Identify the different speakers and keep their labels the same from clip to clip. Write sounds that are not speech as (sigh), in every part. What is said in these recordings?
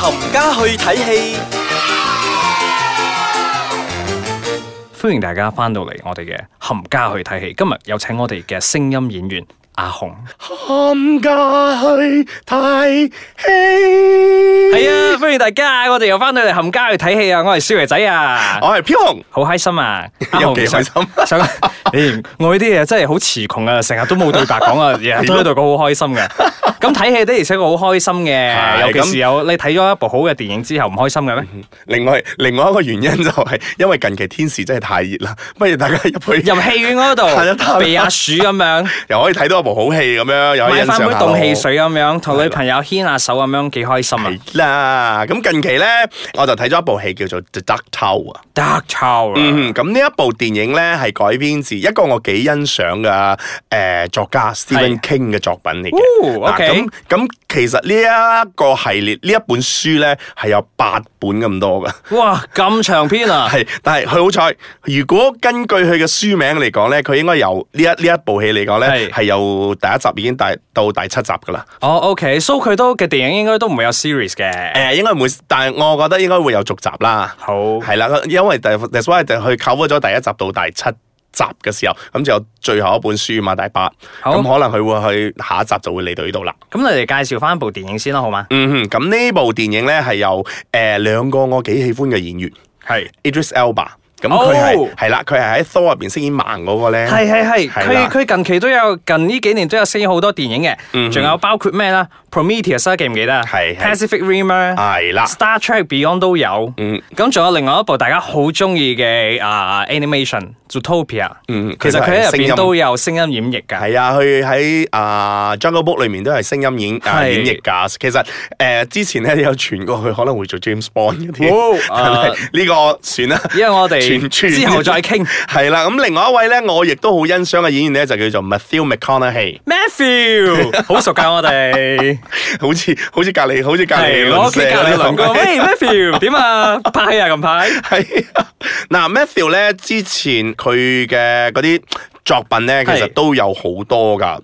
Speaker 1: 冚家去睇戲。
Speaker 2: 歡迎大家翻到嚟我哋嘅冚家去睇戲。今日有請我哋嘅聲音演員阿紅。
Speaker 3: 冚家去睇戲。
Speaker 2: 係啊， (laughs) 歡迎大家，我哋又翻到嚟冚家去睇戲啊！我係少爺仔啊，
Speaker 3: 我係飄紅，
Speaker 2: 好開心啊！阿
Speaker 3: 有
Speaker 2: 紅
Speaker 3: 幾開心
Speaker 2: 想 (laughs) 想誒我呢啲嘢真係好詞窮啊，成日都冇對白
Speaker 3: (laughs)
Speaker 2: 講啊，日日都喺度講好開心嘅。咁睇戲的而且確好開心嘅，
Speaker 3: 係
Speaker 2: 尤其
Speaker 3: 咁嗯
Speaker 2: 是有你睇咗一部好嘅電影之後唔開心嘅咩？
Speaker 3: 另外另外一個原因就係因為近期天時真係太熱啦， (laughs) 不如大家入去
Speaker 2: 入戲院
Speaker 3: (laughs) 係
Speaker 2: 嗰
Speaker 3: 啊得
Speaker 2: 度
Speaker 3: 啦
Speaker 2: 避下暑咁樣。
Speaker 3: 又可以睇到一部好戲咁樣，又可以
Speaker 2: 買
Speaker 3: 欣
Speaker 2: 翻杯
Speaker 3: 賞下咯
Speaker 2: 凍汽。水咁樣，同女朋友牽下手咁樣，幾開心啊
Speaker 3: 係啦，咁近期咧，我就睇咗一部戲叫做《The Dark Tower》啊。
Speaker 2: ！Dark Tower，啊
Speaker 3: 嗯，咁呢一部電影咧係改編自一個我幾欣賞嘅誒作家 Stephen King 嘅作品嚟嘅。啊
Speaker 2: 哦，OK
Speaker 3: 咁咁其實呢一個系列呢一本書咧係有八本咁多㗎。
Speaker 2: 哇，咁長篇啊！
Speaker 3: 係，但係佢好彩，如果根據佢嘅書名嚟講咧，佢應該由呢一呢一部戲嚟講
Speaker 2: 係
Speaker 3: 咧，係由第一集已經第到第七集噶啦。
Speaker 2: 哦，OK，so 佢都嘅電影應該都唔會有 series
Speaker 3: 誒、
Speaker 2: 嘅。
Speaker 3: 應該唔會，但係我覺得應該會有續集啦。
Speaker 2: 好，
Speaker 3: 係啦，因為第 that's why 就佢 cover 咗第一集到第七集嘅時候，咁就有最後一本書嘛，第八。
Speaker 2: 好
Speaker 3: 咁可能佢會去下一集就會嚟到呢度啦。
Speaker 2: 咁你哋介紹翻部電影先啦，好嗎？
Speaker 3: 嗯哼，咁呢部電影咧係由誒兩、個我幾喜歡嘅演員
Speaker 2: 係，
Speaker 3: Idris Elba，咁
Speaker 2: 哦
Speaker 3: 佢係係啦，佢係喺 Thor 入邊飾演盲嗰個咧。
Speaker 2: 係係係，
Speaker 3: 係啦嗯
Speaker 2: 佢佢近期都有，近呢幾年都有寫好多電影嘅，仲有包括咩啦？Prometheus 啊記唔記得啊
Speaker 3: 係係
Speaker 2: ？Pacific Rim 啊
Speaker 3: 係啦。
Speaker 2: Star Trek Beyond 都有。
Speaker 3: 嗯
Speaker 2: 咁仲有另外一部大家好中意嘅啊 animation Zootopia。
Speaker 3: 嗯，
Speaker 2: 其實佢喺入
Speaker 3: 聲
Speaker 2: 邊
Speaker 3: 音
Speaker 2: 都有聲音演繹㗎。
Speaker 3: 係啊，佢喺啊 Jungle Book 裏面都係聲音演啊
Speaker 2: 係
Speaker 3: 演繹㗎。其實誒、呃之前咧有傳過佢可能會做 James Bond 嗰
Speaker 2: 哇
Speaker 3: 啲，但 (laughs) 係呢個算啦。
Speaker 2: 啊因為我哋
Speaker 3: 全全
Speaker 2: 之後再傾。
Speaker 3: (laughs) 係啦，咁另外一位咧，我亦都好欣賞嘅演員咧，就叫做 Matthew McConaughey， (laughs)
Speaker 2: Matthew 好熟㗎，我哋
Speaker 3: 好似好似隔離，好似隔離
Speaker 2: 係我屋企隔離鄰居。喂 Matthew 點啊？拍戲啊近排
Speaker 3: 係啊嗱，Matthew 咧之前佢嘅嗰啲作品咧，其實
Speaker 2: 係
Speaker 3: 都有好多噶。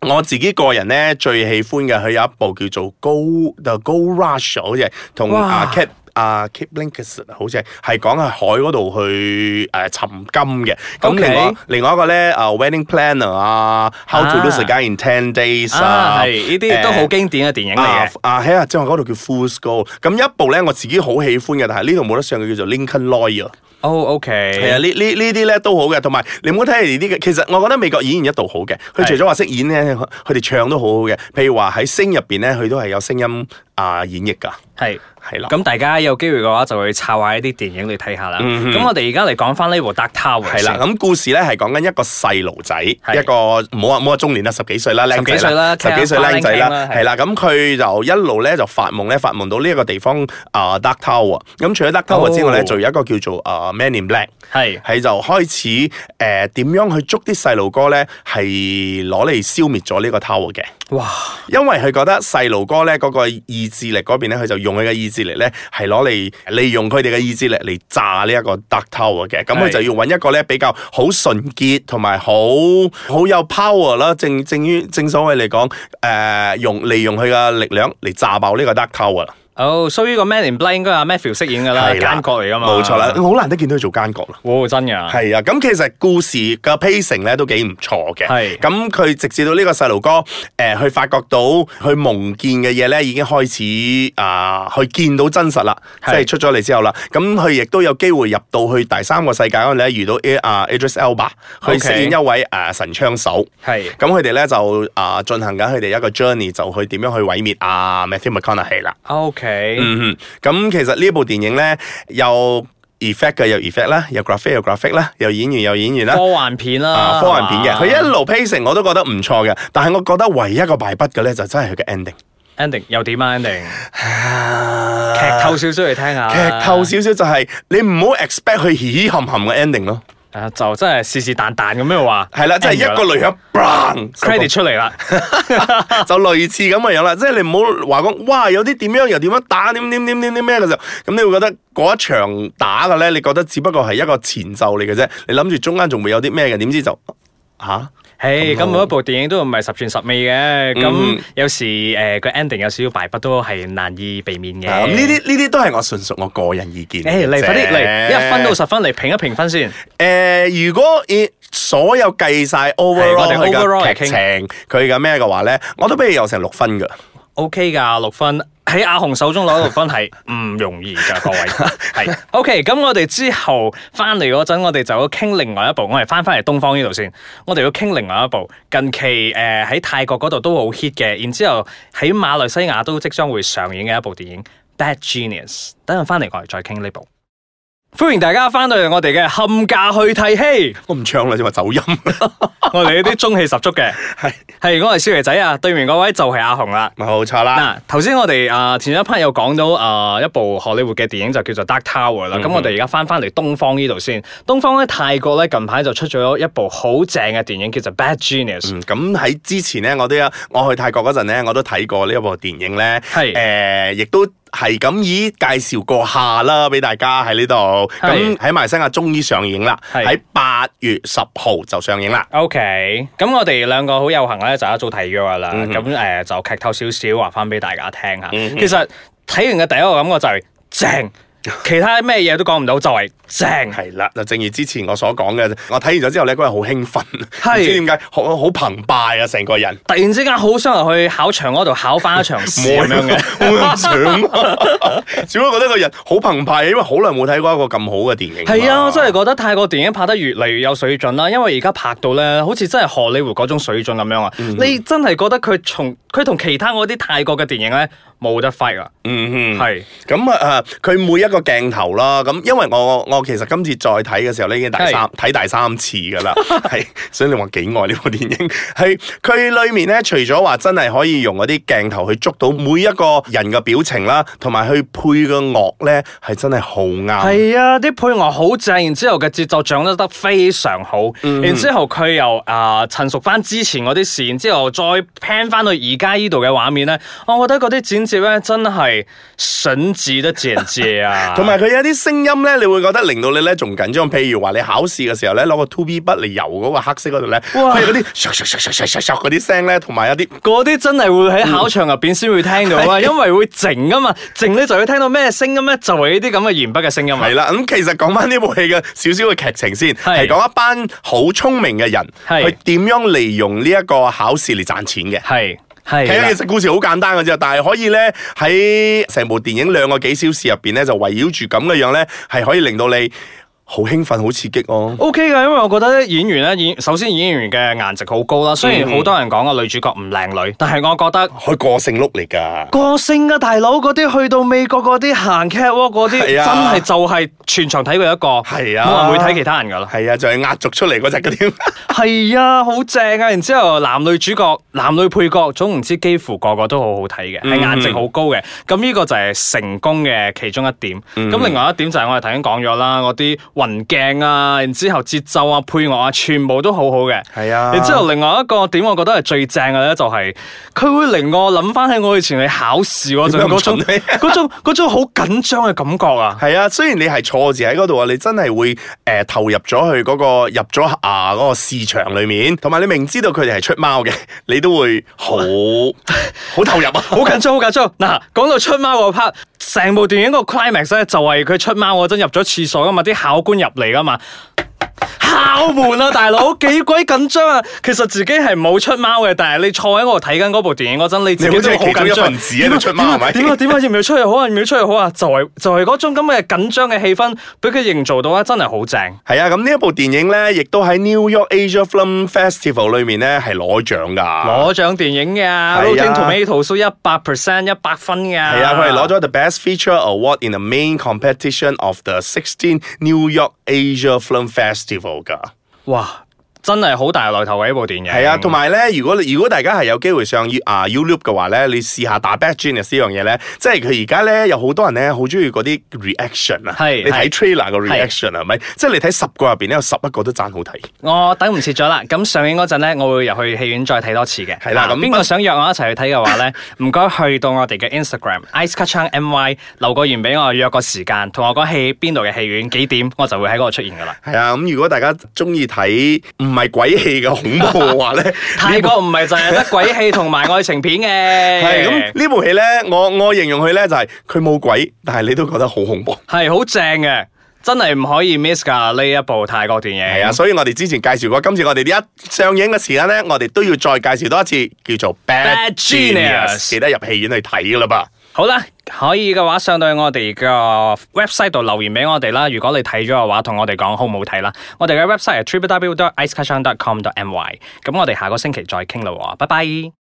Speaker 3: 我自己個人咧最喜歡嘅，佢有一部叫做《Go The Go Rush》，好似係同
Speaker 2: 哇
Speaker 3: 阿 Kate 啊 Kate Blanchett 好似係係講喺海嗰度去誒尋金嘅。咁
Speaker 2: OK
Speaker 3: 另外另外一個咧啊 Wedding Planner 啊，How to
Speaker 2: 啊
Speaker 3: Lose a Guy in Ten Days
Speaker 2: 啊
Speaker 3: 啊，
Speaker 2: 係呢啲都
Speaker 3: 誒
Speaker 2: 好經典嘅電影嚟
Speaker 3: 啊
Speaker 2: 嘅。
Speaker 3: 啊喺啊，即係嗰度叫 Fool's Gold。咁一部咧我自己好喜歡嘅，但係呢度冇得上嘅叫做 Lincoln Lawyer。
Speaker 2: 哦
Speaker 3: 係啊，
Speaker 2: OK，
Speaker 3: 呢呢呢啲咧都好嘅，同埋你唔好睇人哋啲嘅，其實我覺得美國演員一度好嘅，佢除咗話識演咧，佢佢哋唱都好好嘅。譬如話喺聲入邊咧，佢都係有聲音啊、演繹㗎，
Speaker 2: 係。
Speaker 3: 係啦。
Speaker 2: 咁大家有機會嘅話，就去抄下呢啲電影嚟睇下啦。
Speaker 3: 嗯
Speaker 2: 咁我哋而家嚟講翻呢部《Dark Tower》
Speaker 3: 係啦，
Speaker 2: 先。
Speaker 3: 咁故事咧係講緊一個細路仔，一個唔好話唔好話中年啦，十幾歲啦，僆
Speaker 2: 十幾
Speaker 3: 仔
Speaker 2: 歲啦
Speaker 3: 十幾歲
Speaker 2: 聽下
Speaker 3: 僆仔
Speaker 2: 聽啦
Speaker 3: 啦，
Speaker 2: 係
Speaker 3: 係啦，咁佢就一路咧就發夢咧，發夢到呢一個地方啊 Dark Tower。咁除咗 Dark Tower 之外
Speaker 2: 哦
Speaker 3: 咧，仲有一個叫做啊 Man in Black。
Speaker 2: 係
Speaker 3: 係就開始誒點、樣去捉啲細路哥咧，係攞嚟消滅咗呢個 tower 嘅，
Speaker 2: 哇，
Speaker 3: 因為佢覺得細路哥咧嗰、個意志力嗰邊咧，佢就用佢嘅意志力咧，係攞嚟利用佢哋嘅意志力嚟炸呢一個 dark tower 嘅，咁
Speaker 2: 係
Speaker 3: 佢就要揾一個咧比較好純潔同埋好好有 power 啦，正正於正所謂嚟講誒用利用佢嘅力量嚟炸爆呢個 dark tower 啦，
Speaker 2: 哦，所以個 Man in Black 應該阿 Matthew 飾演㗎啦，
Speaker 3: 係啦
Speaker 2: 啊奸角嚟㗎嘛。
Speaker 3: 冇錯啦，好難得見到佢做奸角啦。
Speaker 2: 哦，真㗎。
Speaker 3: 係啊，咁其實故事嘅 pacing 咧都幾唔錯嘅。
Speaker 2: 係
Speaker 3: 咁佢直至到呢個細路哥，誒、去發覺到佢夢見嘅嘢咧，已經開始啊、去見到真實啦，即
Speaker 2: 係
Speaker 3: 係出咗嚟之後啦。咁佢亦都有機會入到去第三個世界嗰陣咧，遇到 A 啊 Idris Elba，佢
Speaker 2: OK
Speaker 3: 飾演一位誒、啊神槍手。
Speaker 2: 係。
Speaker 3: 咁佢哋咧就啊進行緊佢哋一個 journey，就去點樣去毀滅啊 Matthew McConaughey 啦。
Speaker 2: OK。
Speaker 3: 嗯哼，咁其實呢部電影咧有 effect 嘅，有 effect 啦，有 graphic 有 graphic 啦，有演員有演員啦。
Speaker 2: 科幻片啦，
Speaker 3: 啊，科幻片嘅，
Speaker 2: 係嘛
Speaker 3: 佢一路 pacing 我都覺得唔錯嘅，但係我覺得唯一一個敗筆嘅咧就真係佢嘅 ending。
Speaker 2: ending 又點啊 ending？劇
Speaker 3: 劇
Speaker 2: 透少少嚟聽下，
Speaker 3: 劇透少少就係你唔好 expect 佢嘻嘻含含嘅 ending 咯，
Speaker 2: 啊，就真係是是但但咁樣話，
Speaker 3: 係啦，即係
Speaker 2: end 咗
Speaker 3: 一個雷響 bang
Speaker 2: credit 出
Speaker 3: (laughs)
Speaker 2: 嚟啦， (laughs)
Speaker 3: 就類似咁嘅樣啦，即係你唔好話講哇有啲點樣又點樣打點點點點點咩嘅時候，咁你會覺得嗰一場打嘅咧，你覺得只不過係一個前奏嚟嘅啫，你諗住中間仲會有啲咩嘅，點知就嚇
Speaker 2: 唉，咁每一部電影都唔係十全十美嘅，
Speaker 3: 嗯
Speaker 2: 咁有時誒個 ending 有少少敗筆都係難以避免嘅。
Speaker 3: 啊咁呢啲呢啲都係我純屬我個人意見。
Speaker 2: 誒嚟快啲嚟，一分到
Speaker 3: 誒、
Speaker 2: 十分嚟評一評分先。
Speaker 3: 如果以所有計晒
Speaker 2: 我
Speaker 3: overall
Speaker 2: 哋
Speaker 3: 佢
Speaker 2: overall
Speaker 3: 嘅
Speaker 2: 嚟傾
Speaker 3: 劇情，佢嘅咩嘅話咧，我都俾佢有成六分㗎。
Speaker 2: OK 噶六分喺阿紅手中攞六分係唔容易噶，各位係 OK。咁我哋之後翻嚟嗰陣，我哋就要傾另外一部，我哋翻翻嚟東方呢度先，我哋要傾另外一部近期誒喺、泰國嗰度都好 hit 嘅，然之後喺馬來西亞都即將會上映嘅一部電影《Bad Genius》。等陣翻嚟我哋再傾呢部。歡迎大家翻到嚟我哋嘅冚家去睇戲，
Speaker 3: 我唔唱啦，啫嘛走
Speaker 2: (laughs)
Speaker 3: 音。
Speaker 2: 我哋呢啲中氣十足嘅
Speaker 3: 係
Speaker 2: 係我係少爺仔啊，對面嗰位就係阿紅啦。
Speaker 3: 冇錯啦。
Speaker 2: 嗱，頭先我哋啊、前一 part 有講到啊、一部荷里活嘅電影就叫做《Dark Tower》啦。咁、
Speaker 3: 嗯
Speaker 2: 我哋而家翻翻嚟東方呢度先。東方咧泰國咧近排就出咗一部好正嘅電影叫做《Bad Genius》。
Speaker 3: 嗯咁喺之前咧，我都有我去泰國嗰陣咧，我都睇過呢一部電影咧。
Speaker 2: 係
Speaker 3: 誒、亦都係咁以介紹過下啦，俾大家喺呢度。
Speaker 2: 係
Speaker 3: 咁喺馬來西亞終於上映啦，
Speaker 2: 係
Speaker 3: 喺八月十號就上映啦。
Speaker 2: OK，咁我哋兩個好有幸咧，就一早睇咗噶啦。
Speaker 3: 嗯
Speaker 2: 咁誒、就劇透少少話翻俾大家聽下。其實睇完嘅第一個感覺就係
Speaker 3: (laughs)
Speaker 2: 正，其他咩嘢都講唔到，就係正。
Speaker 3: 係啦，就正如之前我所講嘅，我睇完咗之後咧，嗰日好興奮，
Speaker 2: 係
Speaker 3: 唔知點解好好澎湃啊，成個人。
Speaker 2: 突然之間好想入去考場嗰度考翻一場
Speaker 3: 啊
Speaker 2: 試咁樣嘅。
Speaker 3: 我 (laughs) 唔想啊，只不過覺得個人好澎湃，因為好耐冇睇過一個咁好嘅電影。
Speaker 2: 係啊，我真係覺得泰國電影拍得越嚟越有水準啦，因為而家拍到咧，好似真係荷里活嗰種水準咁樣啊！你真係覺得佢從佢同其他嗰啲泰國嘅電影咧冇得 fight 啊！
Speaker 3: 嗯嗯。
Speaker 2: 係
Speaker 3: 咁啊，誒佢每一個鏡頭啦，咁因為我我其實今次再睇嘅時候咧，已經第三
Speaker 2: 係
Speaker 3: 睇第三次㗎
Speaker 2: (laughs)
Speaker 3: 啦，係，所以你話幾愛呢部電影？係佢裏面咧，除咗話真係可以用嗰啲鏡頭去捉到每一個人嘅表情啦，同埋去配嘅樂咧，係真係好啱。
Speaker 2: 係啊，啲配樂好正，然之後嘅節奏掌握得非常好，然之後佢又啊陳述翻之前嗰啲事，然之後再 pan 翻去而家呢度嘅畫面咧，我覺得嗰啲剪接咧真係神級得剪接啊！
Speaker 3: 同埋佢有啲聲音咧，你會覺得令到你咧仲緊張。譬如話你考試嘅時候咧，攞個 two B 筆嚟油嗰個黑色嗰度咧，
Speaker 2: 哇
Speaker 3: 佢有嗰啲唰唰唰唰唰唰嗰啲聲咧，同埋有啲
Speaker 2: 嗰啲真係會
Speaker 3: 嗯
Speaker 2: 喺考場入邊先會聽到啊，因為會靜啊嘛，靜咧就會聽到咩聲音咧，就係呢啲咁嘅鉛筆嘅聲音
Speaker 3: (laughs)
Speaker 2: 啊
Speaker 3: 係。啦，咁其實講翻呢部戲嘅少少嘅劇情先，
Speaker 2: 係
Speaker 3: 係講一班好聰明嘅人，
Speaker 2: 係
Speaker 3: 佢點樣利用呢一個考試嚟賺錢嘅。
Speaker 2: 係
Speaker 3: 啊其實
Speaker 2: 係
Speaker 3: 其實故事好簡單嘅啫，但係可以咧喺成部電影兩個幾小時入邊咧，就圍繞住咁嘅樣咧，係可以令到你好興奮、好刺激哦。
Speaker 2: O K 噶，因為我覺得演員咧演，首先演員嘅顏值好高啦。
Speaker 3: 嗯
Speaker 2: 雖然好多人講個女主角唔靚女，但係我覺得
Speaker 3: 開個性碌嚟㗎，
Speaker 2: 個性啊，大佬嗰啲去到美國嗰啲行 catwalk 嗰啲，
Speaker 3: 係
Speaker 2: 真
Speaker 3: 啊
Speaker 2: 係就係全場睇佢一個，
Speaker 3: 係啊
Speaker 2: 冇人會睇其他人噶啦。
Speaker 3: 係啊，就係壓軸出嚟嗰只嗰啲。
Speaker 2: 係啊，好正啊！然之後男女主角、男女配角，總言之幾乎個個都好好睇嘅，
Speaker 3: 嗯
Speaker 2: 係顏值好高嘅。咁呢個就係成功嘅其中一點。咁、
Speaker 3: 嗯
Speaker 2: 另外一點就係我哋頭先講咗啦，嗰啲雲鏡啊，然之後節奏啊、配樂啊，全部都好好嘅。
Speaker 3: 係啊
Speaker 2: 然之後另外一個點，我覺得係最正嘅咧，就係佢會令我諗翻起我以前去考試嗰陣
Speaker 3: 點解咁
Speaker 2: 嗰種
Speaker 3: 蠢啊呢
Speaker 2: 嗰種嗰種好緊張嘅感覺啊！
Speaker 3: 係啊，雖然你係錯字喺嗰度啊，你真係會誒、呃投入咗去嗰、個入咗啊嗰個市場裏面，同埋你明知道佢哋係出貓嘅， (laughs) 你都會好
Speaker 2: (laughs)
Speaker 3: 好投入啊！
Speaker 2: 好緊張，好緊張。嗱，講到出貓嗰 part，成部電影個 climax 咧就係佢出貓嗰陣入咗廁所噶嘛，啲考官入嚟噶嘛。敲門啊，大佬幾鬼緊張啊！其實自己係冇出貓嘅，但係你坐喺我度睇緊嗰部電影嗰陣，你自己都好
Speaker 3: 你好似係
Speaker 2: 緊
Speaker 3: 其中
Speaker 2: 張。
Speaker 3: 一份子喺度出貓係咪
Speaker 2: 點啊點啊，要唔要出去好啊？要唔要出去好啊？就係就係嗰種咁嘅緊張嘅氣氛，俾佢營造到啊，真係好正。
Speaker 3: 係啊，咁呢一部電影咧，亦都喺 New York Asia Film Festival 裏面咧係攞獎㗎。
Speaker 2: 攞獎電影嘅
Speaker 3: 啊
Speaker 2: ，Rotten Tomatoes 一百 percent 一百分嘅。
Speaker 3: 係啊，佢係攞咗 The Best Feature Award in the Main Competition of the 16 New York Asia Film Festival 㗎。
Speaker 2: 哇，真係好大來頭嘅一部電影。
Speaker 3: 係啊，同埋咧，如果你如果大家係有機會上 U 啊 YouTube 嘅話咧，你試下打 Bad Genius 呢樣嘢咧，即係佢而家咧有好多人咧好中意嗰啲 reaction 啊，
Speaker 2: 係
Speaker 3: 你
Speaker 2: 係
Speaker 3: 睇 trailer 個 reaction 係咪？即係你睇十個入邊咧有十一個都讚好睇，
Speaker 2: 我等唔切咗啦，咁上映嗰陣咧，我會入去戲院再睇多次嘅。
Speaker 3: 係啦
Speaker 2: 嗱
Speaker 3: 咁
Speaker 2: 邊個想約我一齊去睇嘅話 (laughs) 咧，唔該去到我哋嘅 Instagram Ice c a t c h a n My 留個言俾我，約個時間，
Speaker 3: 啊
Speaker 2: 同我講戲邊度嘅戲院幾點，我就會喺嗰度出現噶啦。
Speaker 3: 係啊，咁如果大家中意睇唔係係鬼戲嘅恐怖嘅
Speaker 2: (laughs)
Speaker 3: 話咧，
Speaker 2: 泰國唔係就係得鬼戲同埋愛情片
Speaker 3: 系
Speaker 2: 嘅，
Speaker 3: 咁呢部戲咧，我我形容佢咧就係佢冇鬼，但係你都覺得好恐怖。
Speaker 2: 係好正嘅，真係唔可以 miss 㗎呢一部泰國電影。
Speaker 3: 係啊，所以我哋之前介紹過，今次我哋呢一上映嘅時間咧，我哋都要再介紹多一次，叫做
Speaker 2: Bad
Speaker 3: Bad
Speaker 2: Genius
Speaker 3: Genius，記得入戲院去睇噶啦噃。
Speaker 2: 好啦，可以嘅話上到我哋嘅 website 度留言俾我哋啦。如果你睇咗嘅話，同我哋講好唔好睇啦。我哋嘅 website 係 www.icecushion.com.my。咁我哋下個星期再傾啦喎，拜拜。